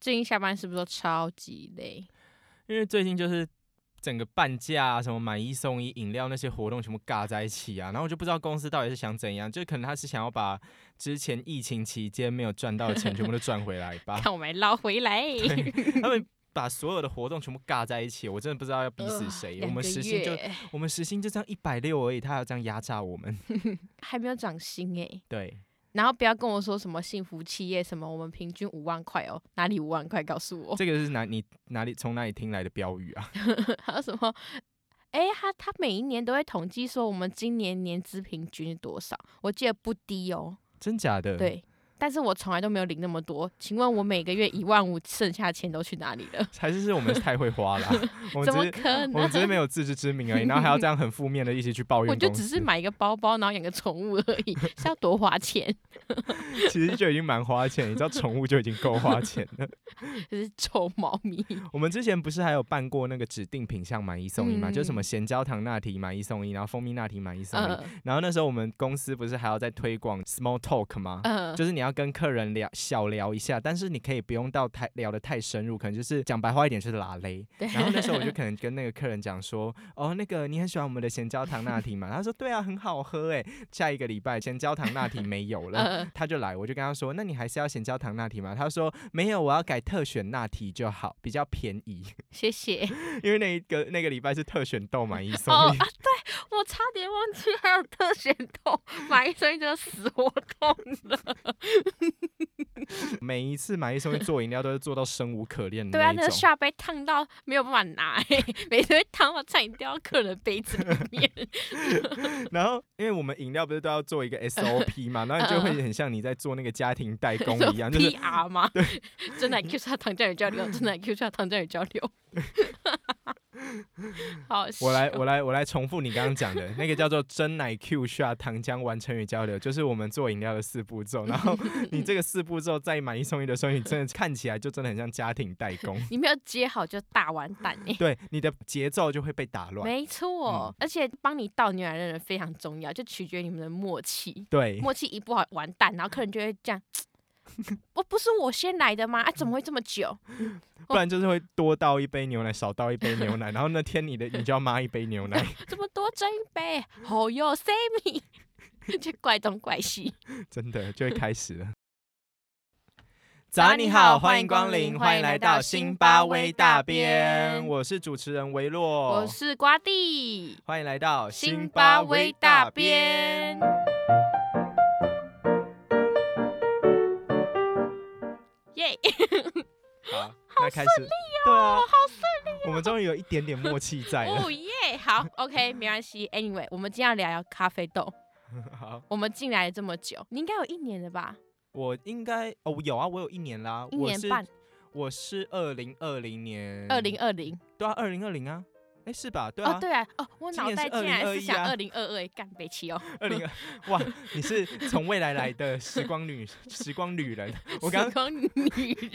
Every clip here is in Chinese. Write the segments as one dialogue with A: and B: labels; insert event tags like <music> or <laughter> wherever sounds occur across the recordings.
A: 最近下班是不是都超级累？
B: 因为最近就是整个半价啊，什么买一送一、饮料那些活动全部尬在一起啊，然后我就不知道公司到底是想怎样，就可能他是想要把之前疫情期间没有赚到的钱全部都赚回来
A: <laughs>
B: 吧，
A: 看我们捞回
B: <laughs>
A: 来， <laughs>
B: 他们。把所有的活动全部尬在一起，我真的不知道要逼死谁。
A: 呃
B: 我
A: 两
B: 们
A: 个
B: 时薪就
A: 月
B: 我们时薪就这样一百六而已，他还要这样压榨我们。
A: 还没有涨薪哎、
B: 对，
A: 然后不要跟我说什么幸福企业什么，我们平均五万块哦，哪里五万块？告诉我，
B: 这个是哪你哪里从哪里听来的标语啊？
A: <laughs> 还有什么？哎，他他每一年都会统计说我们今年年资平均是多少，我记得不低哦。
B: 真假的？，
A: 对，但是我从来都没有领那么多。请问我每个月一万五，剩下的钱都去哪里了？
B: 还是是我们太会
A: <laughs>
B: 花了啊，我们
A: 怎
B: 只
A: 么
B: 是
A: 可
B: 我们只是
A: 能？
B: 没有自知之明而已，然后还要这样很负面的一起去抱
A: 我
B: 怨
A: 就
B: 公
A: 只是
B: 司，
A: 买一个包包，然后养个宠物而已，是要多花钱？
B: 其实就已经蛮花钱，你知道宠物就已经够花钱了。 <laughs>
A: 这是臭猫咪。
B: 我们之前不是还有办过那个指定品项买一送一嘛，就是什么
A: 嗯
B: 咸焦糖拿提买一送一，然后蜂蜜拿提买一送一，
A: 嗯
B: 然后那时候我们公司不是还要在推广 small talk 吗？
A: 嗯，
B: 就是你要跟客人聊小聊一下，但是你可以不用到太聊得太深入，可能就是讲白话一点就是拉勒。
A: 对
B: 然后那
A: <laughs>
B: 时候我就可能跟那个客人讲说，哦，那个你很喜欢我们的咸焦糖拿提嘛？他说对啊，很好喝哎。下一个礼拜咸焦糖拿提没有了，
A: 嗯，
B: 他就来，我就跟他说，那你还是要咸焦糖拿提吗？他说没有，我要改特选拿提就好，比较便宜。
A: 谢
B: <laughs>
A: 谢。
B: 因为那一个那个礼拜是特选豆买一送
A: 哦
B: 一，
A: 我差点忘记还有特选痛，买一送一这个死活痛了。
B: <laughs> <laughs> 每一次买一送一做饮料都是做到生无可恋的
A: 对啊，
B: 那一
A: 那个
B: 种。
A: 下杯烫到没有办法拿、欸，每次会烫到差点掉到客人杯子
B: <laughs>
A: 里面。
B: 然后，因为我们饮料不是都要做一个
A: <laughs>
B: SOP 嘛，然
A: 嗯
B: 后你就会很像你在做那个家庭代工一样，就是
A: PR 吗？真的 Q 下糖酱油交流，真的 Q 下糖酱油交
B: <laughs>
A: 流。好笑，
B: 我来，我来，我来重复你刚刚讲的那个叫做真奶 Q shot 糖浆完成与交流，就是我们做饮料的四步骤。然后你这个四步骤再买一送一的时候，你真的看起来就真的很像家庭代工，
A: 你没有接好就大完蛋
B: <laughs>
A: 哎、
B: 对，你的节奏就会被打乱。
A: 没错，
B: 嗯
A: 而且帮你倒牛奶的人非常重要，就取决于你们的默契。
B: 对，
A: 默契一不好完蛋，然后客人就会
B: <laughs>
A: 这样，我不是我先来的吗？
B: 嗯
A: 啊，怎么会这么久？
B: 不然就是会多倒一杯牛奶，少倒一杯牛奶，然后那天你的你就要妈一杯牛奶， <laughs>
A: 这么多斟一杯，好哟，Sammy，就 <laughs> 怪东怪西。
B: 真的就会开始了。
A: 早你好欢迎光临欢迎来到辛巴威大边
B: 我是主持人维
A: 我
B: 洛，
A: 是瓜地，
B: 欢迎来到
A: 辛巴威大边。耶！
B: 好，那开始，对啊，好顺利、我们终于有一点点默契在了。
A: 哦耶！好，OK，没关系。Anyway，我们今天要聊聊咖啡豆。
B: <laughs> 好，
A: 我们进来这么久，你应该有一年了吧？
B: 我应该哦，有啊，我有一年啦，
A: 一年半，
B: 我是嗯二零二零年，
A: 二零二零。
B: 对啊，二零二零啊，哎是吧？对啊
A: 哦，，对啊，哦，我
B: 今
A: 脑
B: 年
A: 袋
B: 是
A: 竟然是
B: 2021
A: 想
B: 啊
A: 二零二二，干北齐哦。
B: 二零
A: <laughs>
B: 哇，你是从未来来的时光女，时光旅人。我
A: <laughs>
B: 刚
A: 时光女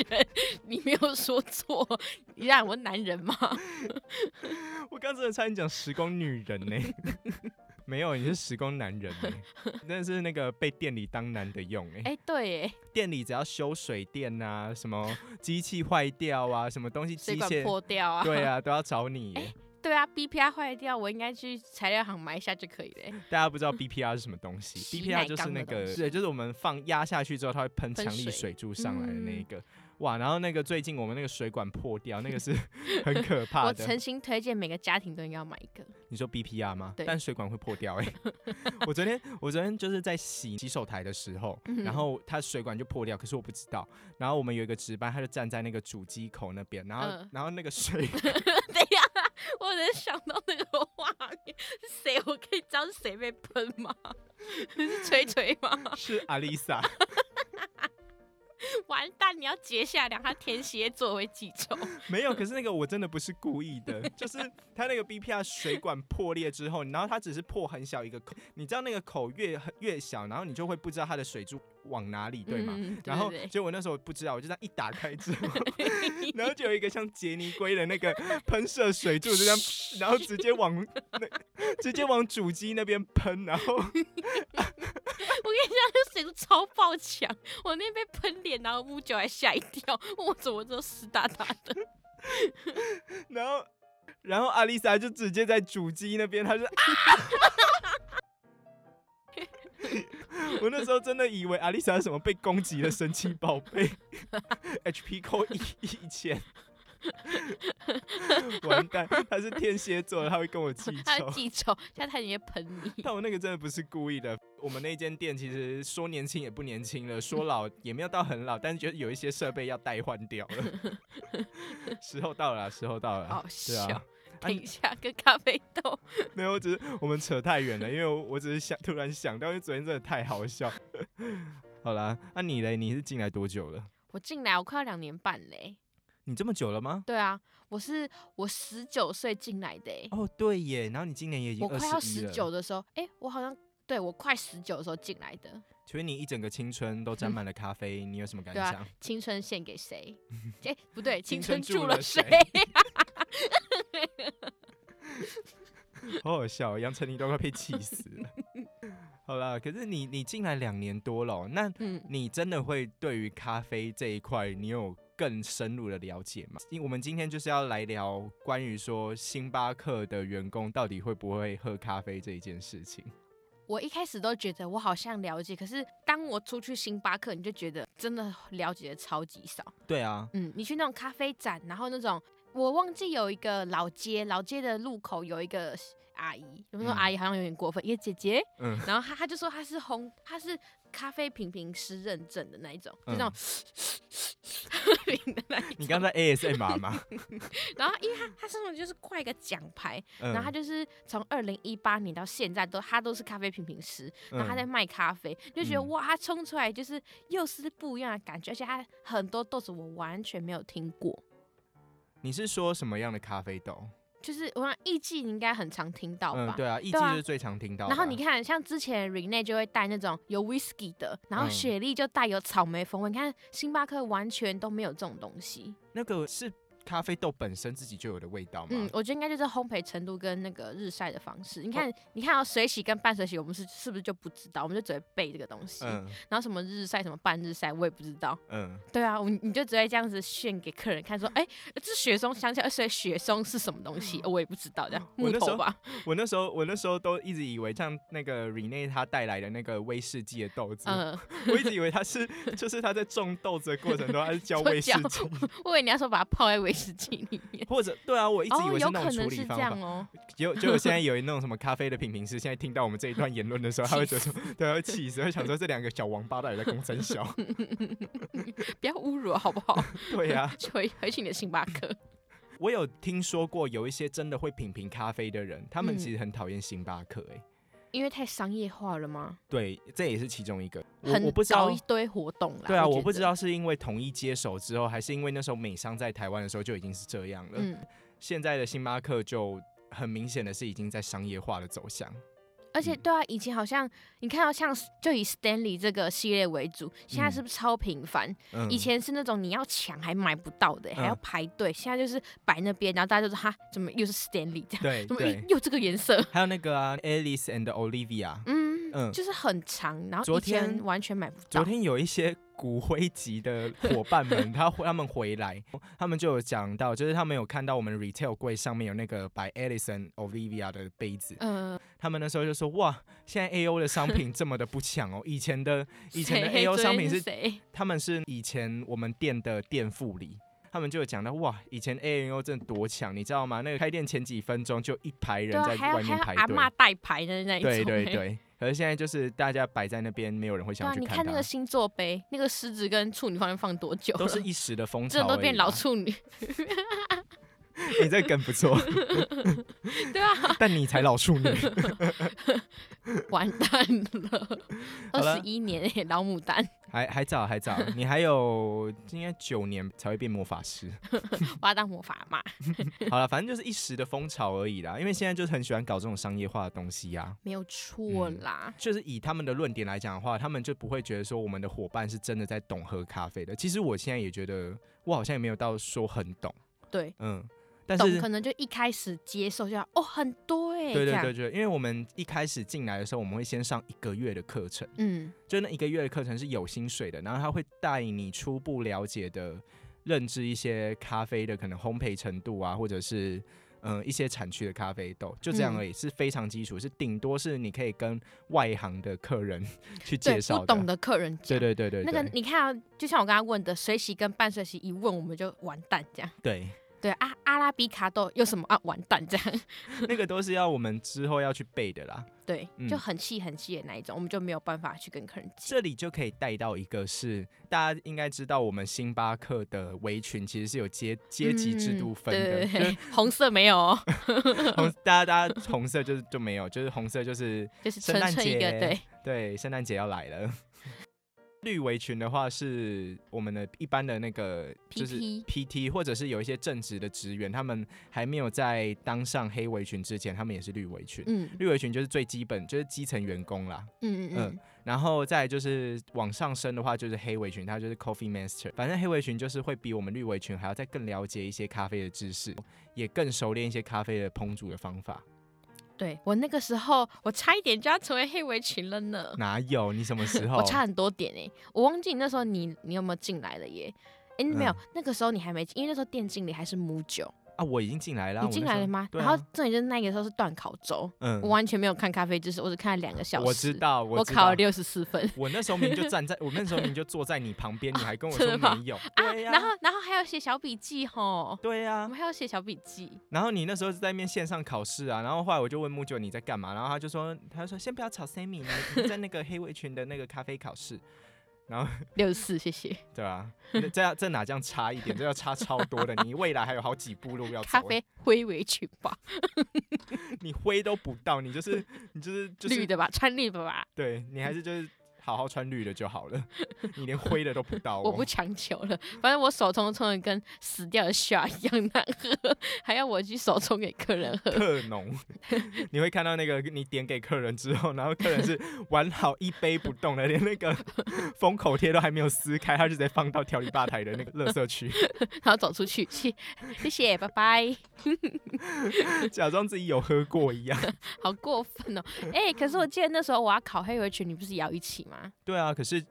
A: 人，你没有说错，你让我男人
B: <laughs>
A: 吗？
B: 我刚真的差点讲时光女人呢、 <laughs> 没有，你是时光男人呢、但是那个被店里当男的用哎、
A: 哎，对耶，
B: 店里只要修水电啊，什么机器坏掉啊，什么东西
A: 水
B: 机
A: 管
B: 械，
A: 破掉啊。
B: 对啊，都要找你耶、
A: 对啊，BPR 坏掉，我应该去材料行买一下就可以了耶。
B: 大家不知道 BPR 是什么东西
A: 嗯洗
B: ，BPR
A: 奶
B: 就是
A: 缸
B: 那
A: 的
B: 个，
A: 东西
B: 是就是我们放压下去之后，它会喷
A: 喷
B: 强力
A: 水
B: 水柱上来的那一个。哇，然后那个最近我们那个水管破掉，那个是很可怕
A: 嗯欸我
B: 的。
A: 诚心推荐每个家庭都应该要买一个。 <laughs>
B: 你说 BPR 吗？
A: 对
B: 但水管会破掉
A: <laughs>
B: 哎、我昨天我昨天就是在洗洗手台的时候，
A: 嗯
B: 然后它水管就破掉，可是我不知道。然后我们有一个值班，他就站在那个主机口那边，然后、
A: 嗯
B: 然后那个水 <laughs>
A: 等一下，我能想到那个画面是谁？我可以知道是谁被喷吗？是锤锤吗？ <laughs>
B: 是阿丽萨，
A: 完蛋，你要截下来，他天蝎座会记仇。
B: <laughs> 没有，可是那个我真的不是故意的，就是他那个 BPR 水管破裂之后，然后它只是破很小一个口，你知道那个口越越小，然后你就会不知道它的水柱往哪里，对吗？
A: 嗯、
B: 然后
A: 对对对
B: 结果我那时候不知道，我就这样一打开之
A: <laughs>
B: 后，然后就有一个像杰尼龟的那个喷射水柱，就这样， <laughs> 然后直接往那直接往主机那边喷，然后
A: 我跟跟你讲，那水柱超爆强，我那被喷脸，然后木九还吓一跳，问我怎么都湿哒哒的。
B: 然后，然后阿丽莎就直接在主机那边，她就 <laughs> 啊，我那时候真的以为阿丽莎是什么被攻击的神奇宝贝，HP 扣一一千，完蛋，她是天蝎座，她会跟我记
A: 他
B: 仇。
A: 记仇，下次他直接喷你。
B: 但我那个真的不是故意的。我们那间店其实说年轻也不年轻了，说老也没有到很老，但是觉得有一些设备要代换掉了。
A: <laughs>
B: 时候到了啊，时候到了啊。
A: 好
B: 对
A: 笑
B: 啊，啊
A: 等一下，跟咖啡豆，
B: 没有，我只是我们扯太远了，因为我我只是想突然想到，因为昨天真的太好笑。 <laughs> 好啦，那、你嘞？你是进来多久了？
A: 我进来我快要两年半嘞、
B: 你这么久了吗？
A: 对啊，我是我十九岁进来的、欸，
B: 哦，对耶，然后你今年也已经
A: 我
B: 二
A: 快要
B: 一
A: 十
B: 了，
A: 九的时候，哎、我好像对我快十九的时候进来的，
B: 请问你一整个青春都沾满了咖啡，你有什么感
A: 对啊
B: 想？ <laughs>
A: 青春献给谁？哎、不对，
B: 青
A: 青
B: 春
A: 春
B: 住
A: 住
B: 了
A: 了谁？
B: 好好笑哦，杨丞琳都快被气死了。 <laughs> 好啦，可是你你进来两年多了哦，那
A: <laughs> 嗯，
B: 你真的会对于咖啡这一块，你有更深入的了解吗？因为我们今天就是要来聊关于说星巴克的员工到底会不会喝咖啡这一件事情。
A: 我一开始都觉得我好像了解，可是当我出去星巴克，你就觉得真的了解的超级少。
B: 对啊，
A: 嗯，你去那种咖啡展，然后那种我忘记有一个老街，老街的路口有一个阿姨，有没有说
B: 嗯
A: 阿姨好像有点过分，一个姐姐， <laughs>
B: 嗯
A: 然后她她就说她是红，她是咖啡品评师认证的那一种，就那种喝品 <laughs> 的那一
B: 嗯你
A: 种。
B: 刚才 ASMR
A: <laughs>
B: 吗？
A: 然后因为她她身上就是挂一个奖牌，
B: 嗯，
A: 然后她就是从二零一八年到现在都她都是咖啡品评师，然后他在卖咖啡，就觉得
B: 嗯
A: 哇，他冲出来就是又是不一样的感觉，而且他很多豆子我完全没有听过。
B: 你是说什么样的咖啡豆？
A: 就是我想艺伎你应该很常听到
B: 嗯
A: 吧，？
B: 对啊，意
A: 对
B: 季
A: 啊
B: 是最常听到的啊。
A: 然后你看，像之前 Rene 就会带那种有 whisky 的，然后
B: 嗯
A: 雪莉就带有草莓风味。你看星巴克完全都没有这种东西。
B: 那个是咖啡豆本身自己就有的味道吗？
A: 嗯，我觉得应该就是烘焙程度跟那个日晒的方式。你看，你看到、哦水洗跟半水洗，我们是是不是就不知道？我们就只会背这个东西。
B: 嗯
A: 然后什么日晒、什么半日晒，我也不知道。
B: 嗯，
A: 对啊，我你就只会这样子炫给客人看，说，哎、这雪松香气，呃所以雪松是什么东西？我也不知道，这样木
B: 嗯我那时候
A: 头
B: <laughs>
A: 吧？
B: 我那时候我那时候都一直以为像那个 Rene 他带来的那个威士忌的豆子，
A: 嗯，
B: 我一直以为他是，就是他在种豆子的过程中，他是浇威士
A: 就
B: 忌，
A: 我以为你要说把它泡在威士忌里面。
B: 或者对啊，我一直以
A: 哦，
B: 为是
A: 有
B: 那
A: 可
B: 种处
A: 能
B: 理
A: 是这
B: 方法
A: 样。哦。 <laughs>
B: 就就现在有那种什么咖啡的品评师，现在听到我们这一段言论的时候，他会
A: <laughs>
B: 觉得说，对，他啊会气死，会想说这两个小王八到底在公三小？
A: 不要侮辱我好不好？ <laughs>
B: 对呀、
A: 去回回去你的星巴克。
B: 我有听说过有一些真的会品评咖啡的人，他们
A: 嗯
B: 其实很讨厌星巴克、欸，
A: 因为太商业化了吗？
B: 对，这也是其中一个。我
A: 很
B: 我不知
A: 搞
B: 道
A: 一。堆活动啦。
B: 对啊，
A: 觉
B: 我不
A: 得
B: 知。道是因为统一接手之后，还是因为那时候美商在台湾的时候就已经是这样了。
A: 嗯，
B: 现在的星巴克就很明显的是已经在商业化的走向。
A: 而
B: 嗯
A: 且对啊，以前好像你看到像就以 Stanley 这个系列为主，现在
B: 嗯
A: 是不是超频繁？
B: 嗯
A: 以前是那种你要抢还买不到的、还要
B: 嗯
A: 排队。现在就是摆那边，然后大家就说哈，怎么又是 Stanley 这样？<laughs>
B: 对
A: 怎么又
B: 对，
A: 又这个颜色？ <laughs>
B: 还有那个啊，Alice and Olivia，
A: 嗯
B: 嗯
A: 就是很长，然后
B: 昨
A: 以前
B: 天
A: 完全买不
B: 昨
A: 到。
B: 天有一些骨灰级的伙伴们，他他们回来，他们就有讲到，就是他们有看到我们 retail 柜上面有那个摆 Alice and Olivia 的杯子，
A: 呃，
B: 他们那时候就说哇，现在 A O 的商品这么的不抢哦，以前的以前的
A: 谁
B: A O
A: 昨
B: 商
A: 天
B: 品是
A: 谁？
B: 他们是以前我们店的店副理，他们就有讲到哇，以前 A N O 真的多强，你知道吗？那个开店前几分钟就一排
A: 对
B: 人
A: 啊，
B: 在
A: 还要
B: 外
A: 还
B: 面
A: 要
B: 排
A: 阿
B: 队，
A: 嬷代排的那一种、
B: 对对
A: 欸。 <laughs>
B: 对。可是现在就是大家摆在那边，没有人会
A: 对啊，
B: 想去
A: 你
B: 看
A: 看
B: 它，
A: 那个星座杯，那个狮子跟处女放放多久了？
B: 都是一时
A: <laughs>
B: 的风潮而
A: 这
B: 已啊。
A: 都变老
B: <laughs>
A: 处女， <laughs>
B: 你这个梗不错，
A: 对啊，
B: 但你才
A: <laughs>
B: 老处女。
A: 完蛋了，
B: 好了
A: 二十一年欸老牡丹，
B: 还还早还早，你还有应该九年才会变魔法师。
A: 我要当魔法嘛？
B: 好了，反正就是一时的风潮而已啦，因为现在就是很喜欢搞这种商业化的东西呀、啊。
A: 没有错
B: 嗯
A: 啦。
B: 就是以他们的论点来讲的话，他们就不会觉得说我们的伙伴是真的在懂喝咖啡的。其实我现在也觉得，我好像也没有到说很懂，
A: 对，
B: 嗯，但
A: 懂
B: 是
A: 可能就一开始接受就要哦很多哎、对
B: 对
A: 这
B: 对
A: 样
B: 对对，因为我们一开始进来的时候，我们会先上一个月的课程，
A: 嗯
B: 就那一个月的课程是有薪水的，然后他会带你初步了解的认知一些咖啡的可能烘焙程度啊，或者是嗯、呃一些产区的咖啡豆，就这
A: 嗯
B: 样而已，是非常基础，是顶多是你可以跟外行的客人 <laughs> 去
A: 对
B: 介绍
A: 不懂
B: 的。
A: 的客人
B: 对
A: 讲。
B: 对对对
A: 那
B: 对，
A: 个你看、啊，就像我刚刚问的，水洗跟半水洗一问，我们就完蛋这样。
B: <laughs> 对 <laughs>
A: 对啊，阿拉比卡豆有什么啊？完蛋这样。 <laughs>
B: 那个都是要我们之后要去背的啦。
A: 对，
B: 嗯
A: 就很细很细的那一种，我们就没有办法去跟客人讲。
B: 这里就可以带到一个是大家应该知道，我们星巴克的围裙其实是有阶阶级制度分的，
A: 嗯对对对，红色没有哦，
B: 就是 <laughs> 红大家大家红色就是就没有，就是红色就是
A: 就是
B: 圣
A: 纯
B: 诞
A: 粹一个
B: 节
A: 对，
B: 对圣诞节要来了。 <laughs> 绿围裙的话是我们的一般的那个就是
A: PT
B: PT 或者是有一些正职的职员，他们还没有在当上黑围裙之前，他们也是绿围裙。
A: 嗯
B: 绿围裙就是最基本，就是基层员工啦。
A: 嗯嗯嗯
B: 嗯，然后再来就是往上升的话，就是黑围裙，它就是 Coffee Master。反正黑围裙就是会比我们绿围裙还要再更了解一些咖啡的知识，也更熟练一些咖啡的烹煮的方法。
A: 对我那个时候，我差一点就要成为黑围裙了呢。
B: 哪有你什么时候
A: <laughs> 我？差很多点哎、我忘记你那时候你你有没有进来了耶？哎、没有，
B: 嗯
A: 那个时候你还没进，因为那时候店经理还是母酒，
B: 啊，我已经进来了啊。
A: 你
B: 我
A: 进
B: 那时
A: 来
B: 候
A: 了吗？
B: 对啊
A: 然后重点就是那个时候是断考周，我
B: 嗯，
A: 完全没有看咖啡知识，我只看了两个小时。
B: 我知，道，
A: 我
B: 知
A: 考
B: 道
A: 了。六十四
B: <laughs>
A: 分。
B: 我那时候明明就站在，我那时候明明就坐在你旁边，你还跟我
A: 真
B: 说
A: 的吗
B: 没有。对呀、
A: 啊
B: 啊
A: 然后，然后还要写小笔记吼，
B: 对呀、
A: 我们还要写小笔记。
B: 然后你那时候是在面线上考试啊，然后后来我就问木九你在干嘛，然后他就说，他就说先不要吵 Sammy，你你在那个黑围裙的那个咖啡考试，
A: 六十四，谢谢。
B: 对吧、那这样这哪这样差一点，这要差超多的，你未来还有好欸几步路要走。
A: 咖啡灰围裙吧，
B: 你灰都不到，你就是你就是就
A: 绿
B: 是，
A: 的吧，穿绿的吧，
B: 对你还是就是好好穿绿的就好
A: <laughs>
B: 了，你连灰的都不到、哦。
A: 我不强求了。反正我手冲冲的跟死掉的虾一样难喝，还要我去手冲给客人喝。
B: 特浓，你会看到那个你点给客人之后，然后客人是完好一杯不动的，连
A: <laughs>
B: 那个封口贴都还没有撕开，他就直接放到调理吧台的那个垃圾区，
A: 然后走出去，谢谢谢，拜拜。
B: 假装自己有喝过一样。
A: 好过分哦！哎、可是我记得那时候我要考黑围裙，你不是也要一起吗？
B: 对啊，可是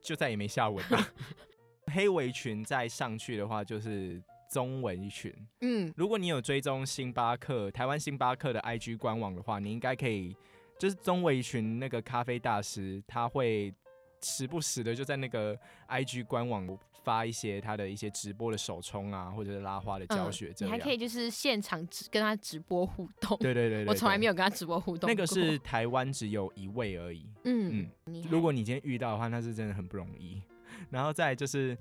B: 就再也没下文了。 <laughs> 黑围裙再上去的话，就是棕围裙。
A: 嗯，
B: 如果你有追踪星巴克台湾星巴克的 IG 官网的话，你应该可以，就是棕围裙那个咖啡大师，他会时不时的就在那个 IG 官网发一些他的一些直播的手冲啊，或者是拉花的教学
A: 嗯
B: 这
A: 你
B: 样。
A: 还可以就是现场直跟他直播互动。
B: 对对对对，
A: 我从来没
B: 有
A: 有跟他直播互动过。
B: 那个是台湾只有一位而已。
A: 嗯
B: 嗯，
A: 你还
B: 如果你今天遇到的话，那是真的很不容易。然后再来就是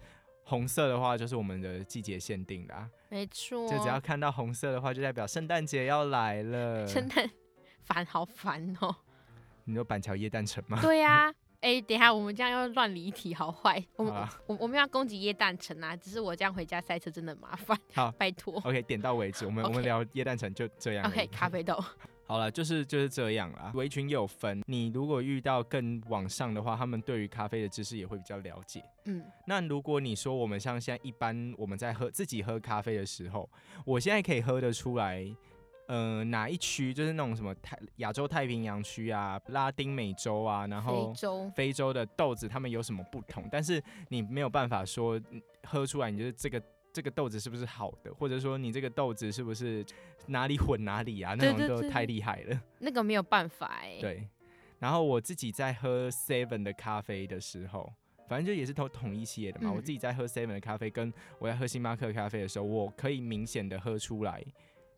B: 红色的话，就是我们的季节限定啦、
A: 没错，
B: 就只要看到红色的话，就代表圣诞节要来了。
A: 真
B: <laughs>
A: 的烦，好烦哦。
B: 你说板桥夜诞城吗？
A: 对呀、哎、等一下，我们这样又乱离题，好坏。我们、
B: 好啊
A: 我我们要攻击椰蛋城啊，只是我这样回家塞车真的很麻烦。
B: 好
A: 拜托。
B: OK，点到为止，我们
A: OK
B: 我们聊椰蛋城就这样而已。
A: OK，咖啡豆。
B: 好了，就是就是这样啦。围裙也有分，你如果遇到更往上的话，他们对于咖啡的知识也会比较了解。
A: 嗯，
B: 那如果你说我们像现在一般我们在喝自己喝咖啡的时候，我现在可以喝得出来，呃，哪一区就是那种什么太亚洲太平洋区啊、拉丁美洲啊，然
A: 非
B: 后
A: 洲。
B: 非洲的豆子它们有什么不同，但是你没有办法说嗯喝出来，你就是这个这个豆子是不是好的，或者说你这个豆子是不是哪里混哪里啊，那
A: 对
B: 种
A: 对
B: 都
A: 对
B: 太
A: 对
B: 厉害了。
A: 那个没有办法哎、
B: 对，然后我自己在喝 Seven 的咖啡的时候。反正就也是同同一系列的嘛。
A: 嗯
B: 我自己在喝 Seven 的咖啡，跟我在喝星巴克的咖啡的时候，我可以明显的喝出来，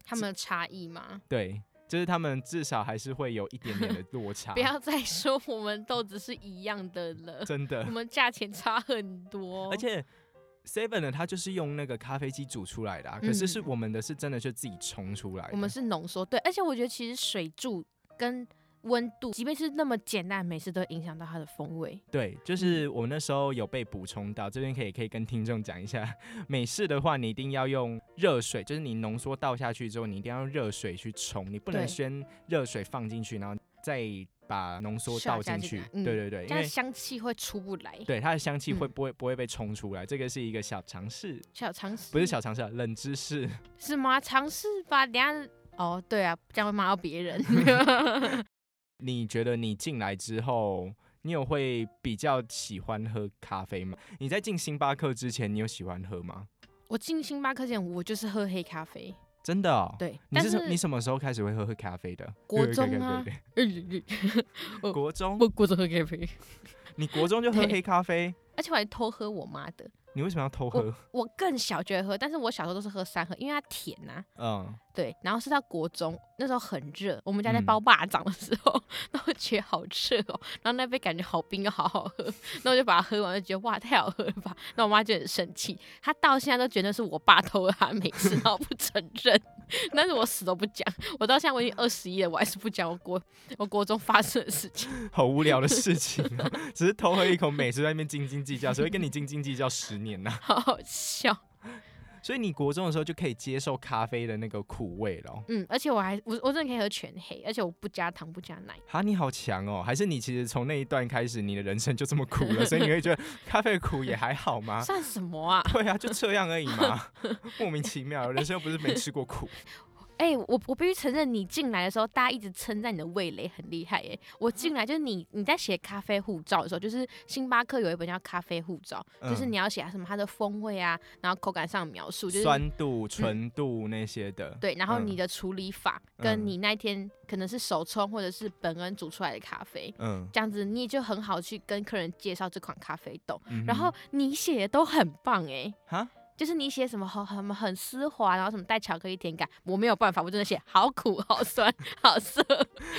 A: 他们的差异吗？
B: 对，就是他们至少还是会有一点点的落差
A: <laughs> 不。要再说我们豆子是一样的了，
B: 真的
A: 我，们价钱差很多。
B: 而且 Seven 呢，它就是用那个咖啡机煮出来的、啊，
A: 嗯
B: 可是是我们的是真的就自己冲出来的。
A: 我们是浓缩，对，而且我觉得其实水柱跟温度，即便是那么简单，每次都会影响到它的风味。
B: 对，
A: 嗯
B: 就是我们那时候有被补充到，这边可以可以跟听众讲一下，美式的话你一定要用热水，就是你浓缩倒下去之后，你一定要用热水去冲，你不能
A: 对
B: 先热水放进去，然后再把浓缩
A: 下
B: 倒
A: 加
B: 进
A: 进
B: 去
A: 来。嗯
B: 对对对，
A: 这
B: 因
A: 样
B: 为
A: 香气会出不来。
B: 对它的香气会
A: 嗯
B: 不会不会被冲出来，这个是一个小尝试，
A: 小常识
B: 不是小尝试啊，冷知识。
A: 是吗？尝试吧，等一下哦，对啊，这样会骂到别人。<laughs>
B: <laughs> 你觉得你进来之后，你有会比较喜欢喝咖啡吗？你在进星巴克之前，你有喜欢喝吗？
A: 我进星巴克前，我就是喝黑咖啡。
B: 真的哦，
A: 对，
B: 你
A: 但
B: 是什你
A: 是
B: 什么时候开始会喝喝咖啡的？
A: 国
B: 对
A: 中
B: 对对
A: 啊
B: 对对
A: 我
B: <laughs> 国中，
A: 我国中喝咖
B: <laughs>
A: 啡，
B: 你国中就喝
A: 对
B: 黑咖啡，
A: 而且我还偷喝我妈的。
B: 你为什么要偷喝？
A: 我更小就会喝，但是我小时候都是喝三盒，因为它甜呐、
B: 嗯，
A: 对，然后是到国中那时候很热，我们家在
B: 嗯
A: 包霸掌的时候， <laughs> 然后觉得好热哦，然后那杯感觉好冰又好好喝，那我就把它喝完，就觉得哇太好喝了吧，那我妈就很生气，她到现在都觉得是我爸偷了她美式，然后不承认， <laughs> 但是我死都不讲，我到现在我已经二十一了，我还是不讲我国我国中发生的事情，
B: <laughs> 好无聊的事情哦， <laughs> 只是偷喝一口美食，在那边斤斤计较，谁会跟你斤斤计较十年呢、 <laughs>
A: 好好笑。
B: 所以你国中的时候就可以接受咖啡的那个苦味了哦。
A: 嗯，而且我还我我真的可以喝全黑，而且我不加糖不加奶。
B: 哈，你好强哦！还是你其实从那一段开始，你的人生就这么苦了，所以你会
A: <laughs>
B: 觉得咖啡的苦也还好吗？ <laughs>
A: 算什么啊？
B: 对啊，就这样而已
A: <laughs>
B: 嘛，莫名其妙，人生又不是没吃过苦。
A: 哎、我我必须承认，你进来的时候，大家一直称赞你的味蕾很厉害、哎，我
B: 嗯
A: 进来就是你你在写咖啡护照的时候，就是星巴克有一本叫《咖啡护照》，就是
B: 嗯
A: 你要写它什么它的风味啊，然后口感上的描述，就是
B: 酸度、纯度那些的，
A: 嗯对，然后
B: 嗯
A: 你的处理法、
B: 嗯
A: 跟你那一天可能是手冲或者是本恩煮出来的咖啡，
B: 嗯，
A: 这样子你就很好去跟客人介绍这款咖啡豆。
B: 嗯
A: 然后
B: 哼
A: 你写的都很棒哎、
B: 哈，啊
A: 就是你写什么很很很丝滑，然后什么带巧克力甜感，我没有办法，我真的写好苦、好酸、好涩，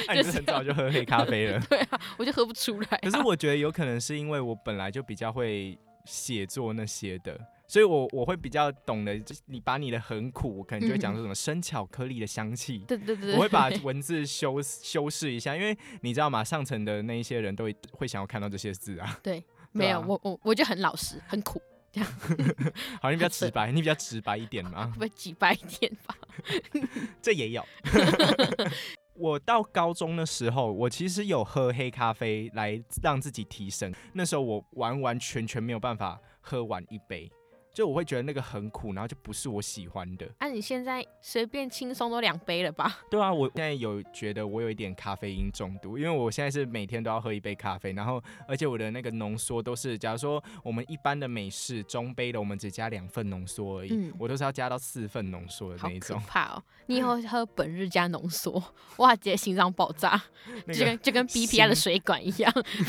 B: 那你
A: 就是是
B: 很早就喝黑咖
A: <laughs>
B: 啡了。
A: 对啊，我就喝不出来啊、
B: 可是我觉得有可能是因为我本来就比较会写作那些的，所以我我会比较懂得，就是你把你的很苦，我可能就会讲说什么生巧克力的香气。
A: 对对嗯对，
B: 我会把
A: 对
B: 文字修修饰一下，因为你知道吗？上层的那一些人都会会想要看到这些字啊。 <laughs>
A: 没有
B: 对啊
A: 我我我就很老实，很苦，
B: 好，你比
A: <laughs>
B: 较
A: 是
B: 直白，你比较直白一点嘛
A: 会不。会几白一点吧？
B: 这也有。 <laughs> 我到高中的时候，我其实有喝黑咖啡来让自己提神。那时候我完完全全没有办法喝完一杯，就我会觉得那个很苦，然后就不是我喜欢的。
A: 啊，你现在随便轻松都两杯了吧？
B: 对啊，我现在有觉得我有一点咖啡因中毒，因为我现在是每天都要喝一杯咖啡，然后而且我的那个浓缩都是，假如说我们一般的美式中杯的，我们只加两份浓缩而已，
A: 嗯
B: 我都是要加到四份浓缩的
A: 好
B: 那呃一
A: 可
B: 种。 <laughs>
A: 怕哦！你以后喝本日加浓缩，哇，直接心脏爆炸，
B: 那
A: 就
B: 个
A: 跟就跟 BPI 的
B: 心
A: 水管一样。 <laughs>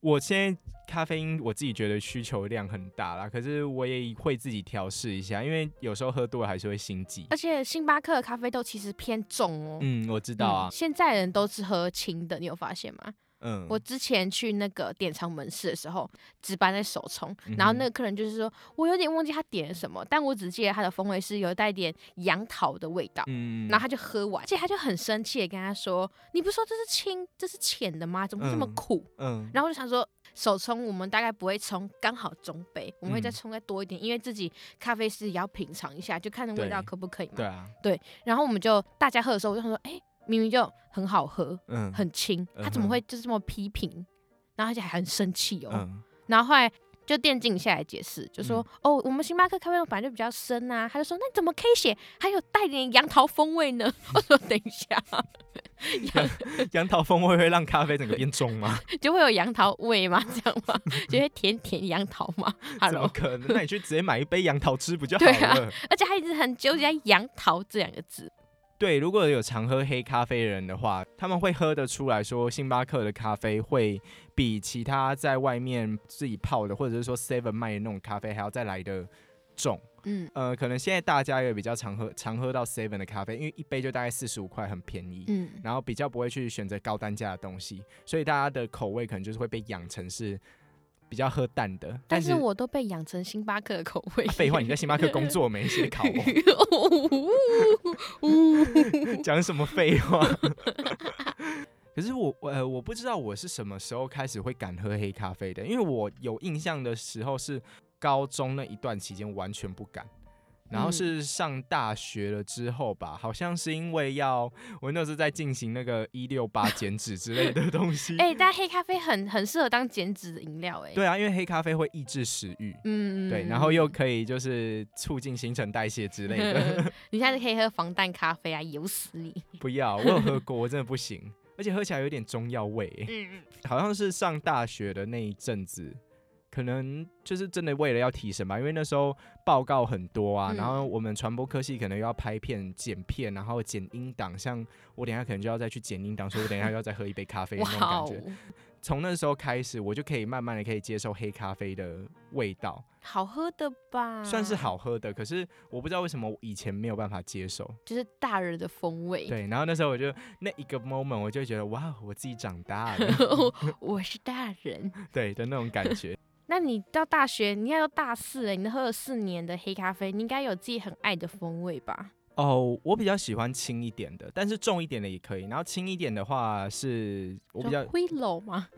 B: 我现在咖啡因我自己觉得需求量很大啦，可是我也会自己调试一下，因为有时候喝多了还是会心悸
A: 而。且星巴克的咖啡豆其实偏重哦。
B: 嗯，我知道啊
A: 嗯，现在人都是喝轻的，你有发现吗？
B: 嗯，
A: 我之前去那个典藏门市的时候，值班在手冲，然后
B: 嗯哼
A: 那个客人就是说，我有点忘记他点了什么，但我只记得他的风味是有带点杨桃的味道。
B: 嗯
A: 然后他就喝完，而且他就很生气的跟他说：“你不是说这是轻，这是浅的吗？怎么会这么
B: 嗯
A: 苦？”
B: 嗯
A: 然后我就想说，手冲我们大概不会冲刚好中杯，我们会再
B: 嗯
A: 冲再多一点，因为自己咖啡师也要品尝一下，就看那味道
B: 对
A: 可不可以嘛
B: 对。啊，
A: 然后我们就大家喝的时候，我就想说，哎、明明就很好喝，
B: 嗯
A: 很轻，他怎么
B: 嗯哼
A: 会就这么批评？然后而且还很生气哦。
B: 嗯
A: 然后后来就电竞下来解释，就说、哦，我们星巴克咖啡豆本来就比较深啊。他就说那你怎么可以写还有带点杨桃风味呢？ <laughs> 我说等一下，
B: 杨桃风味会让咖啡整个变重
A: <laughs>
B: 吗？
A: 就会有杨桃味吗？这样
B: <laughs>
A: 吗？就会甜甜杨桃吗
B: 怎么
A: ？Hello，
B: 可能？那你去直接买一杯杨桃汁不就好
A: 对啊
B: 了？
A: 而且他一直很纠结在杨桃这两个字。
B: 对，如果有常喝黑咖啡的人的话，他们会喝得出来说，星巴克的咖啡会比其他在外面自己泡的，或者是说 Seven 卖的那种咖啡还要再来的重。
A: 嗯
B: 呃，可能现在大家也比较常喝常喝到 Seven 的咖啡，因为一杯就大概四十五块，很便宜。
A: 嗯，
B: 然后比较不会去选择高单价的东西，所以大家的口味可能就是会被养成是比较喝淡的。
A: 但
B: 是
A: 是我都被养成星巴克的口味
B: 啊。废、话，你在星巴克工作没？
A: <laughs>
B: 你写考哦我。
A: <laughs>
B: 讲什么废话？ <laughs> 可是我我呃我不知道我是什么时候开始会敢喝黑咖啡的，因为我有印象的时候是高中那一段期间完全不敢，然
A: 嗯
B: 后是上大学了之后吧，好像是因为要我那时候在进行那个一
A: <laughs>
B: 六八减脂之类的东西。
A: 哎、但黑咖啡很很适合当减脂的饮料、哎，
B: 嗯对啊，因为黑咖啡会抑制食欲，
A: 嗯，嗯，
B: 对，然后又可以就是促进新陈代谢之类的。
A: <laughs>
B: <laughs>
A: 你下次可以喝防弹咖啡啊，油死你！
B: 不要，我有喝过，我真的不行，而且喝起来有点中药味、
A: 嗯，
B: 好像是上大学的那一阵子，可能就是真的为了要提升吧，因为那时候报告很多啊，
A: 嗯
B: 然后我们传播科系可能又要拍片、剪片，然后剪音档，像我等一下可能就要再去剪音档，所以我等一下要再喝一杯咖
A: <laughs>
B: 啡的那种
A: 哇
B: 感
A: 哦
B: 觉。，从那时候开始，我就可以慢慢的可以接受黑咖啡的味道，
A: 好喝的吧？
B: 算是，好喝的，可是我不知道为什么我以前没有办法接受。
A: 就是大人的风味。
B: 对，然后那时候我就那一个 moment，我就觉得哇，哦我自己长大了，
A: 我，我是大人。
B: <laughs> 对的那种感觉。
A: 那你到大学，你应该都大四了，你都喝了四年的黑咖啡，你应该有自己很爱的风味吧？
B: 哦，我比较喜欢轻一点的，但是重一点的也可以。然后轻一点的话是，我比较
A: 灰楼吗？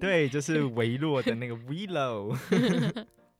B: 对，就是维洛的那个
A: <laughs>
B: Velo。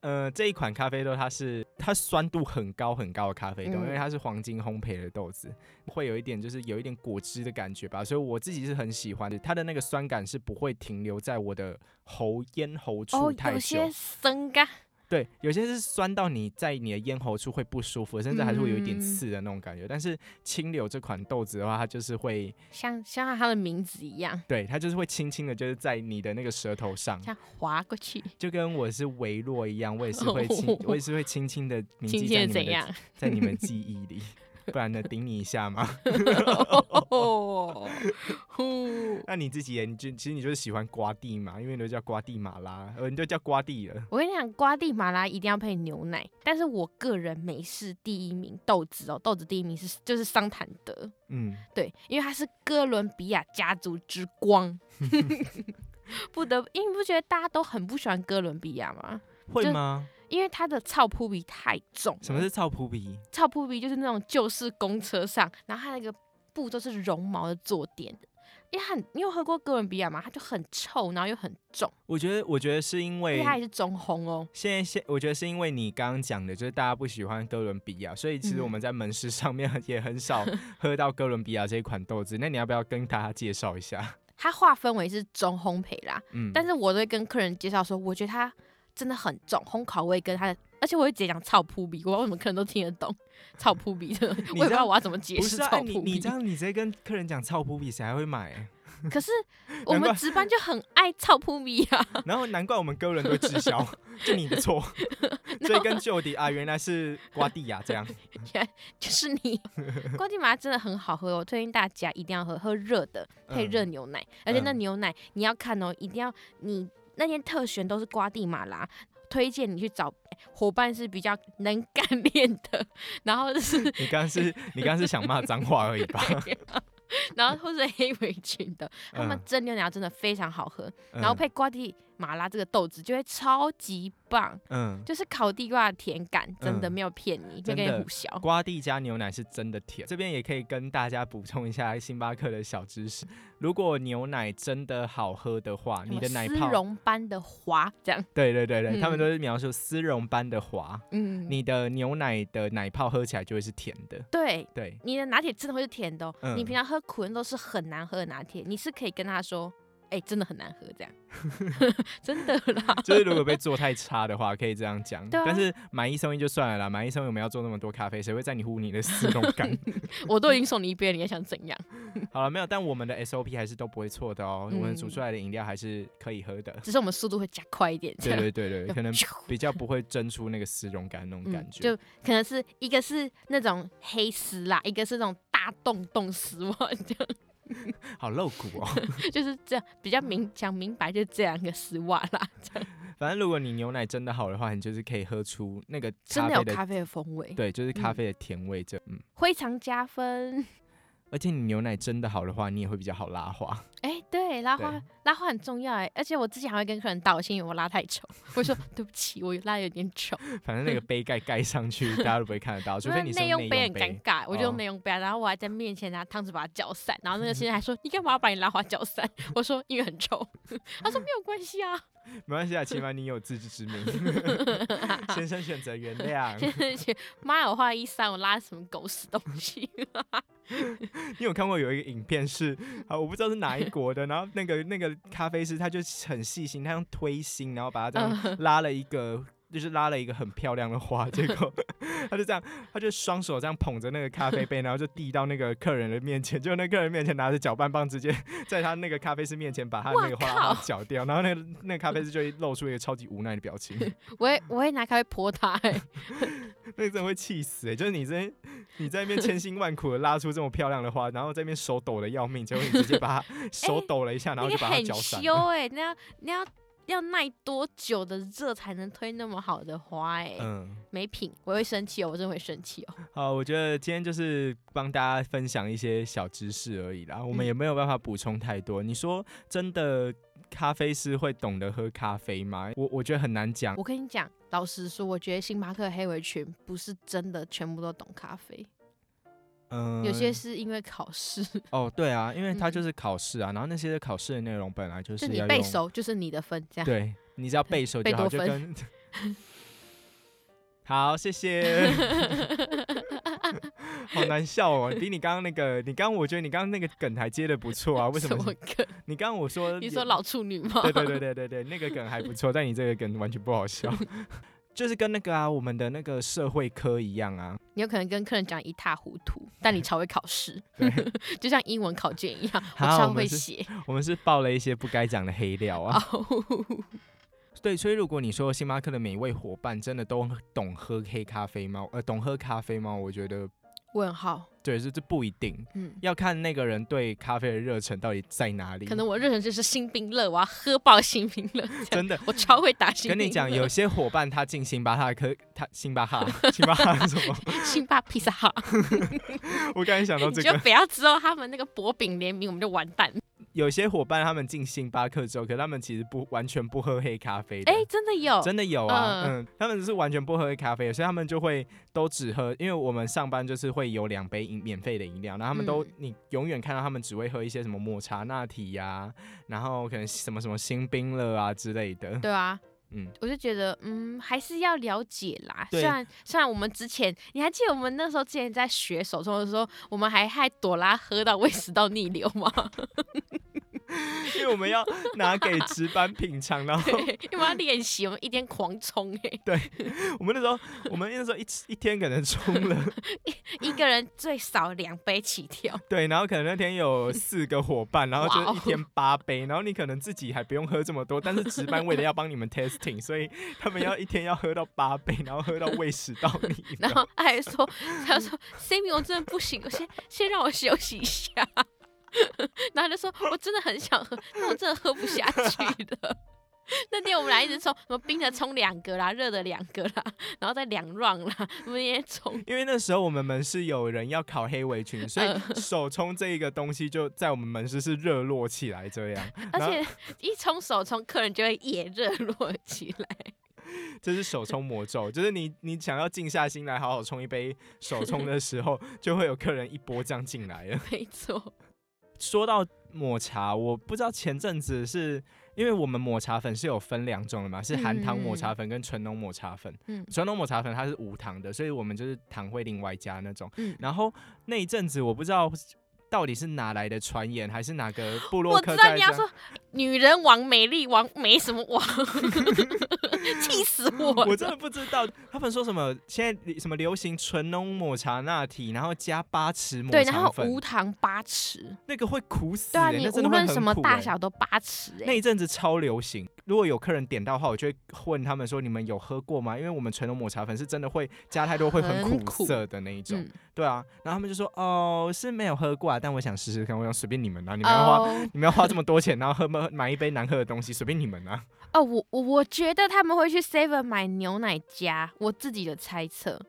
B: 呃，这一款咖啡豆它是它酸度很高很高的咖啡豆，因为
A: 嗯
B: 它是黄金烘焙的豆子，会有一点就是有一点果汁的感觉吧，所以我自己是很喜欢的。它的那个酸感是不会停留在我的喉咽喉处
A: 哦，
B: 太
A: 有
B: 久，
A: 些生咖，
B: 对，有些是酸到你在你的咽喉处会不舒服，甚至还是会有一点
A: 嗯
B: 刺的那种感觉。但是清流这款豆子的话，它就是会，
A: 像像它的名字一样，
B: 对，它就是会轻轻的，就是在你的那个舌头上，
A: 像划过去，
B: 就跟我是维洛一样，我也是会
A: 哦
B: 轻，我也是会轻
A: <laughs>
B: 轻的铭
A: 今
B: 记
A: 天
B: 在你
A: 怎
B: 们的 <laughs>
A: 样？
B: 在你
A: <laughs>
B: 们记忆里。不然呢，顶你一下嘛。 <laughs>
A: <laughs> 哦，呼
B: 那你自己也，你就其实你就是喜欢瓜地嘛，因为你都叫瓜地马拉，呃，你都叫瓜地了。
A: 我跟你讲，瓜地马拉一定要配牛奶，但是我个人美式第一名豆子哦，豆子第一名是就是桑坦德，
B: 嗯，
A: 对，因为它是哥伦比亚家族之
B: <laughs>
A: 光。不得，因为你不觉得大家都很不喜欢哥伦比亚吗？
B: 会
A: 就
B: 吗？
A: 因为它的臭扑鼻太重了。
B: 什么是草扑鼻？
A: 臭扑鼻？就是那种旧式公车上，然后它那个布都是绒毛的坐垫的，因为它很，你有喝过哥伦比亚吗？它就很臭，然后又很重，
B: 我觉得，我觉得是因
A: 而
B: 为
A: 且它也是中烘哦。
B: 现在现我觉得是因为你刚刚讲的，就是大家不喜欢哥伦比亚，所以其实
A: 嗯
B: 我们在门市上面 <laughs> 也
A: <laughs>
B: 很少喝到哥伦比亚这一款豆子。那你要不要跟大家介绍一下？
A: 它划分为是中烘焙啦，
B: 嗯，
A: 但是我都会跟客人介绍说，我觉得它真的很重，烘烤味跟它的，而且我会直接讲草扑鼻，我不知道为什么客人都听得懂草扑鼻的，我也不知道我要怎么解
B: 不
A: 释
B: 是啊，
A: 草
B: 哎你
A: 扑
B: 你
A: 鼻
B: 这。样你直接跟客人讲臭扑比，谁还会买、
A: <laughs> 可
B: <laughs>
A: 是我
B: 难怪
A: 们值班就很爱草扑鼻啊，
B: 然后难怪我们哥伦都
A: <laughs>
B: 滞销，就你的错，追根究底啊，原来是瓜地亚这样。
A: 就是
B: <laughs>
A: 你瓜地马拉真的很好喝哦，我推荐大家一定要喝，喝热的配热牛奶，而且那
B: 嗯
A: 牛奶你要看哦，一定要你那天特选都是瓜地马拉。推荐你去找哎伙伴是比较能 <laughs> 干练的，然后就是
B: 你刚刚是你刚刚是想骂脏话而已吧？
A: <laughs> 然后或者黑围裙的， <laughs> 他们
B: 嗯
A: 蒸牛奶真的非常好喝，
B: 嗯
A: 然后配瓜地马拉这个豆子就会超级棒，
B: 嗯，
A: 就是烤地瓜的甜感真的
B: 嗯
A: 没有骗你，没有
B: 真
A: 跟你
B: 的
A: 胡淆。
B: 瓜地加牛奶是真的甜，这边也可以跟大家补充一下星巴克的小知识。如果牛奶真的好喝的话，你的
A: 什么
B: 奶
A: 丝
B: 泡，
A: 绒般的滑，这样，
B: 对对对对，他
A: 嗯
B: 们都是描述丝绒般的滑，
A: 嗯，
B: 你的牛奶的奶泡喝起来就会是甜的。
A: 对。
B: 对，
A: 你的拿铁真的会是甜的、哦，
B: 嗯
A: 你平常喝苦的都是很难喝的拿铁，你是可以跟他说，哎、真的很难喝
B: <laughs>
A: 这样， <laughs> 真的啦，
B: 就是如果被做太差的话，可以这样讲。
A: 对啊
B: 但是买一送一就算了啦，买一送一我们要做那么多咖啡，谁会在你乎你的丝绒
A: <laughs>
B: 感？
A: 我都已经送你一杯了，你还想怎样？
B: 好了，没有，但我们的 SOP 还是都不会错的哦，我们煮
A: 嗯
B: 出来的饮料还是可
A: <laughs>
B: 以喝的。
A: 只是我们速度会加快一点，这
B: 对
A: 样
B: 对对对，
A: 就
B: 可能
A: 咻
B: 比较不会蒸出那个丝绒感那种感觉。
A: 嗯就可能是一个是那种黑丝啦，一个是那种大洞洞丝袜， <laughs> 这样
B: 好露骨哦。 <laughs>
A: 就是这样比较明讲明白，就这两个丝袜啦，
B: 反正如果你牛奶真的好的话，你就是可以喝出那个
A: 真
B: 咖
A: 的有
B: 啡的，
A: 咖啡的风味，
B: 对，就是咖啡的甜味这。嗯，
A: 非常加分。
B: 而且你牛奶真的好的话，你也会比较好拉花。 <laughs>
A: 哎、对，拉花
B: 对
A: 拉花很重要哎、而且我之前还会跟客人道歉，因为我拉太丑，我说对不起，我拉得有点丑，
B: 反正那个杯盖盖上去，大家都不会看得到，除非你是
A: 内
B: 用
A: 用杯
B: 内
A: 很
B: 用
A: 尴
B: 杯。
A: 尬，我就
B: 哦
A: 用内用杯啊，然后我还在面前拿汤匙把它搅散，然后
B: <laughs>
A: 那个先生还说你干嘛要把你拉花搅散？ <laughs> 我说因为很丑， <laughs> 他说没有关系啊，
B: 没关系啊，起码你有自知
A: <laughs>
B: 之明。 <laughs> 先生选择原谅。
A: 先生妈呀，我画一三，我拉什么狗屎东西？
B: <laughs> 你有看过有一个影片是啊，我不知道是哪
A: <laughs>
B: 一国的，然后那个那个咖啡师他就很细心，他用推心，然后把它这
A: 嗯 <laughs>
B: 样拉了一个。就是拉了一个很漂亮的花，结果 <laughs> 他就这样，他就双手这样捧着那个咖啡杯，然后就递到那个客人的面前，就那客人面前拿着搅拌棒，直接在他那个咖啡师面前把他那个花
A: 哇靠
B: 花搅掉，然后那个那个咖啡师就露出一个超级无奈的表情，
A: <laughs> 我会我会拿开会泼他、 <laughs> 欸，
B: 那个真的会气死哎、就是你在你在那边千辛万苦的拉出这么漂亮的花，然后在那边手抖的要命，结果你直接
A: <laughs>
B: 把它手抖了一下，
A: 那
B: 然后就
A: 个
B: 把它
A: 哎很
B: 搅散
A: 羞
B: 了。
A: 哎、那要那要要耐多久的热才能推那么好的花哎、
B: 嗯，
A: 没品，我会生气哦，我真的会生气哦。
B: 好，我觉得今天就是帮大家分享一些小知识而已啦，我
A: 嗯
B: 们也没有办法补充太多。你说真的，咖啡师会懂得喝咖啡吗？我我觉得很难讲。
A: 我跟你讲，老实说，我觉得星巴克黑围裙不是真的全部都懂咖啡，
B: 嗯，
A: 有些是因为考试，
B: 哦，对啊，因为它
A: 嗯
B: 就是考试啊，然后那些考试的内容本来就是
A: 就你
B: 要
A: 背
B: 用
A: 熟就是你的分， <laughs> 这样。
B: 对，你只要背熟
A: 贝
B: 就好，
A: 多
B: 就
A: 芬
B: 跟。 <laughs> 好，
A: <laughs>
B: 谢谢。好难笑哦，比你刚刚那个，你刚刚我觉得你刚刚那个梗还接的不错啊，为什么？
A: 梗？
B: 你刚刚我说
A: 你
B: 也
A: 说老处女吗？
B: 对对对对对对，那个梗还不错，但你这个梗完全不好笑，就是跟那个啊，我们的那个社会科一样啊，
A: <laughs> 你有可能跟客人讲一塌糊涂，但
B: <laughs>
A: 你超会考试，
B: 对， <laughs>
A: 就像英文考卷一样，我
B: 好我
A: 超
B: 们
A: 会
B: 是
A: 写。
B: 我们是爆了一些不该讲的黑料啊。
A: 哦，
B: 对，所以如果你说星巴克的每一位伙伴真的都懂喝黑咖啡吗？呃，懂喝咖啡吗？我觉得
A: 问号，
B: 对，这这不一定，
A: 嗯，
B: 要看那个人对咖啡的热忱到底在哪里。
A: 可能我热忱就是新冰乐，我要喝爆新冰乐，这样 <laughs>
B: 真的
A: 我超会打新冰
B: 跟
A: 乐。
B: 你讲，有些伙伴他进星巴克，可他星
A: <laughs>
B: 巴克，星巴克什么？ <laughs>
A: 星巴披萨哈，
B: 我刚才想到
A: 你
B: 哦这
A: 就
B: 个，
A: 不要知道他们那个薄饼联名，我们就完蛋。
B: 有些伙伴他们进星巴克之后，可他们其实不完全不喝黑咖啡的。
A: 哎，真的有，
B: 真的有啊，
A: 嗯
B: 嗯，他们是完全不喝黑咖啡的，所以他们就会都只喝，因为我们上班就是会有两杯饮免费的饮料，然后他们都、
A: 嗯
B: 你永远看到他们只会喝一些什么抹茶拿铁呀、然后可能什么什么新冰乐啊之类的，
A: 对啊，
B: 嗯，
A: 我就觉得，嗯，还是要了解啦。虽
B: 对
A: 然虽然我们之前，你还记得我们那时候之前在学手冲的时候，我们还害朵拉喝到胃食道逆流吗？ <laughs>
B: <laughs> 因为我们要拿给值班品尝，然后
A: 对，因为要练习，我们一天狂冲哎、
B: 我们那时候，我们那时候一一天可能冲了，
A: 一个人最少两杯起
B: <laughs>
A: 跳，
B: 对，然后可能那天有四个伙伴，然后
A: 哇
B: 就
A: 哦
B: 一天八杯，然后你可能自己还不用喝这么多，但是值班为了要帮你们 testing，所以他们要一天要喝到八杯，然后喝到胃食道
A: <laughs>
B: 逆
A: 然
B: 流。
A: 后他还说，他说 Sammy 我真的不行，我先先让我休息一下。然后他就说，我真的很想喝，但我真的喝不下去了。那天我们俩一直冲，什么冰的冲两个啦，热的两个啦，然后再两 round 啦，我们也冲
B: 因为那时候我们门市有人要考黑围裙，所
A: 嗯
B: 以手冲这一个东西就在我们门市是热络起来这样。
A: 而
B: 然后
A: 且一冲手冲，客人就会也热络起来。
B: 这是手冲魔咒，就是你你想要静下心来好好冲一杯手冲的时候，就会有客人一波这样进来了。 <laughs>
A: 没错，
B: 说到抹茶，我不知道前阵子是因为我们抹茶粉是有分两种的嘛，是含糖抹茶粉跟纯浓抹茶粉。
A: 嗯
B: 纯浓抹茶粉它是无糖的，所以我们就是糖会另外加那种。
A: 嗯
B: 然后那一阵子我不知道到底是哪来的传言，还是哪个部落
A: 我
B: 客
A: 知道
B: 在这
A: 你要
B: 样
A: 说女人王、美丽王没什么王， <laughs> 气死我了！
B: <laughs> 我真的不知道，他们说什么现在什么流行纯浓抹茶拿铁，然后加八匙抹
A: 对，然
B: 茶
A: 后
B: 粉
A: 无，糖八匙，
B: 那个会苦死、欸。
A: 对啊，你
B: 那真
A: 无
B: 的会
A: 论
B: 很
A: 什么
B: 苦
A: 大
B: 欸
A: 小都八匙哎、
B: 那一阵子超流行，如果有客人点到的话，我就会问他们说：“你们有喝过吗？”因为我们纯浓抹茶粉是真的会加太多，会
A: <laughs> 很
B: 苦
A: 苦
B: 涩的那一种。
A: 嗯，
B: 对啊，然后他们就说：“哦，是没有喝过啊，但我想试试看。”我想随便你们啊，你们要花、
A: 哦
B: 你们要花这么多钱，然后喝买买一杯难喝的东西，随便你们啊。
A: 哦，我我我觉得他们会去 Seven 买牛奶加，我自己的猜测，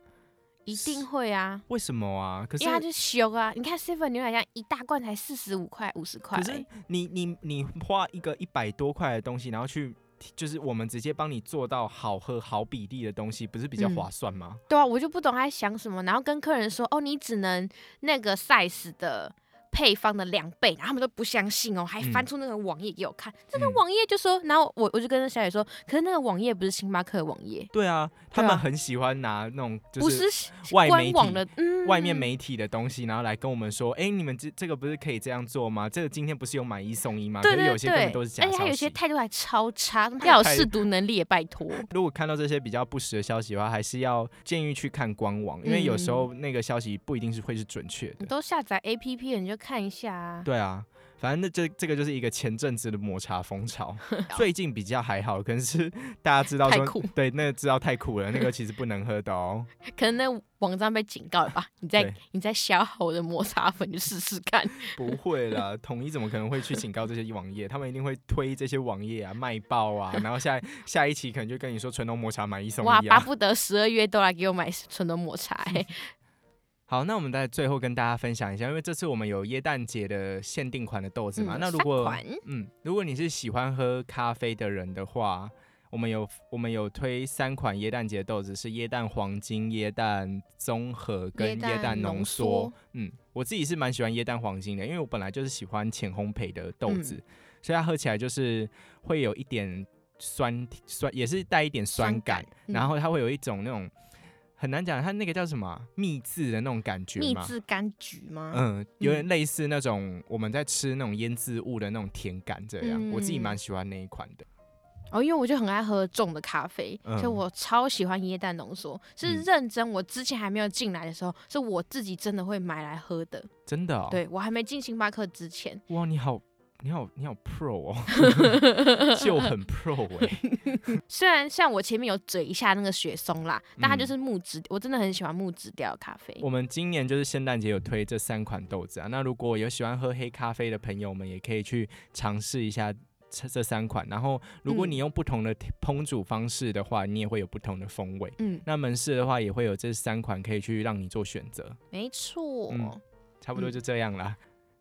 A: 一定会啊，
B: 为什么啊？可是
A: 因为它就修啊。你看 seven 牛奶酱一大罐才四十五块、五十块
B: 可，是你你你花一个一百多块的东西，然后去就是我们直接帮你做到好喝好比例的东西，不是比较
A: 嗯
B: 划算吗？
A: 对啊，我就不懂他在想什么。然后跟客人说，哦，你只能那个 size 的配方的两倍，然后他们都不相信哦，还翻
B: 嗯
A: 出那个网页给我看。这个
B: 嗯
A: 网页就说，然后我我就跟那小姐说，可是那个网页不是星巴克的网页，
B: 对啊，他
A: 对啊
B: 们很喜欢拿那种就
A: 不是
B: 外媒
A: 官网
B: 体
A: 的，嗯，
B: 外面媒体的东西，然后来跟我们说，哎、你们这这个不是可以这样做吗？这个今天不是有买一送一吗？
A: 对
B: 可是
A: 对
B: 有些根本
A: 对，
B: 都
A: 而
B: 是假
A: 且他
B: 消
A: 有些
B: 息。
A: 态度还超差，
B: <laughs> 他
A: 要有
B: 态
A: 试读能力也拜
B: <laughs>
A: 托。
B: 如果看到这些比较不实的消息的话，还是要建议去看官网，因为有
A: 嗯
B: 时候那个消息不一定是会是准确
A: 你
B: 的。
A: 都下载 APP 了，你就看一下啊。
B: 对啊，反正那这这个就是一个前阵子的抹茶风
A: <laughs>
B: 潮，最近比较还好，可能是 <laughs> 大家知道
A: 太
B: 说
A: 酷，
B: 对，那个知道太苦了，那个其实不能喝的哦。
A: 可能那网站被警告了吧？你再
B: 对
A: 你再消耗我的抹茶粉，你就试试看。
B: 不会啦，统一怎么可能会去警告这些网页？他们一定会推这些网页啊，卖爆啊，然后下下一期可能就跟你说纯浓抹茶买一送
A: 哇，
B: 一嗯
A: 巴
B: 啊。
A: 不得十二月都来给我买纯的抹茶、欸。
B: 好，那我们在最后跟大家分享一下，因为这次我们有耶诞节的限定款的豆子嘛，
A: 嗯
B: 那如
A: 三
B: 果
A: 款
B: 嗯，如果你是喜欢喝咖啡的人的话。我们有我们有推三款椰蛋节的豆子，是椰蛋黄金、椰蛋综合跟
A: 椰蛋
B: 椰蛋浓
A: 浓
B: 缩
A: 缩。
B: 嗯，我自己是蛮喜欢椰蛋黄金的，因为我本来就是喜欢浅烘焙的豆
A: 嗯
B: 子，所以它喝起来就是会有一点酸酸，也是带一点酸感，
A: 嗯
B: 然后它会有一种那种很难讲，它那个叫什么啊蜜制的那种感觉
A: 蜜
B: 嘛。
A: 制柑橘吗？
B: 嗯，有点类似那种我们在吃那种腌制物的那种甜感，这样、我自己
A: 嗯
B: 蛮喜欢那一款的。
A: 哦，因为我就很爱喝重的咖啡，
B: 嗯
A: 所以我超喜欢椰蛋浓缩。是
B: 嗯
A: 认真，我之前还没有进来的时候，是我自己真的会买来喝的。
B: 真的、哦，，
A: 对我还没进星巴克之前，
B: 哇，你好，你好，你好 pro 哦，
A: <laughs>
B: 就很 pro 哎、
A: 虽然像我前面有嘴一下那个雪松啦，但它
B: 嗯
A: 就是木质，我真的很喜欢木质调的咖啡。
B: 我们今年就是圣诞节有推这三款豆子啊，那如果有喜欢喝黑咖啡的朋友们，也可以去尝试一下。这这三款，然后如果
A: 嗯
B: 你用不同的烹煮方式的话，你也会有不同的风味。
A: 嗯，
B: 那门市的话，也会有这三款可以去让你做选择。
A: 没错。
B: 嗯差不多
A: 嗯
B: 就这样啦。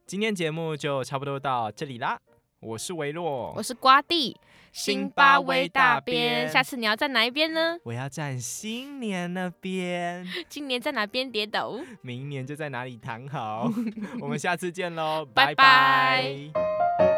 B: 今天节目就差不多到这里啦。我是维洛，
A: 我是瓜地，
B: 辛
A: 辛
B: 巴
A: 巴
B: 威
A: 威
B: 大
A: 大边。
B: 边
A: 下次你要站哪一边呢？
B: 我要站新年那
A: <laughs>
B: 边，
A: 今年在哪边跌倒？ <laughs>
B: 明年就在哪里躺好。我们下次见喽，
A: 拜
B: 拜拜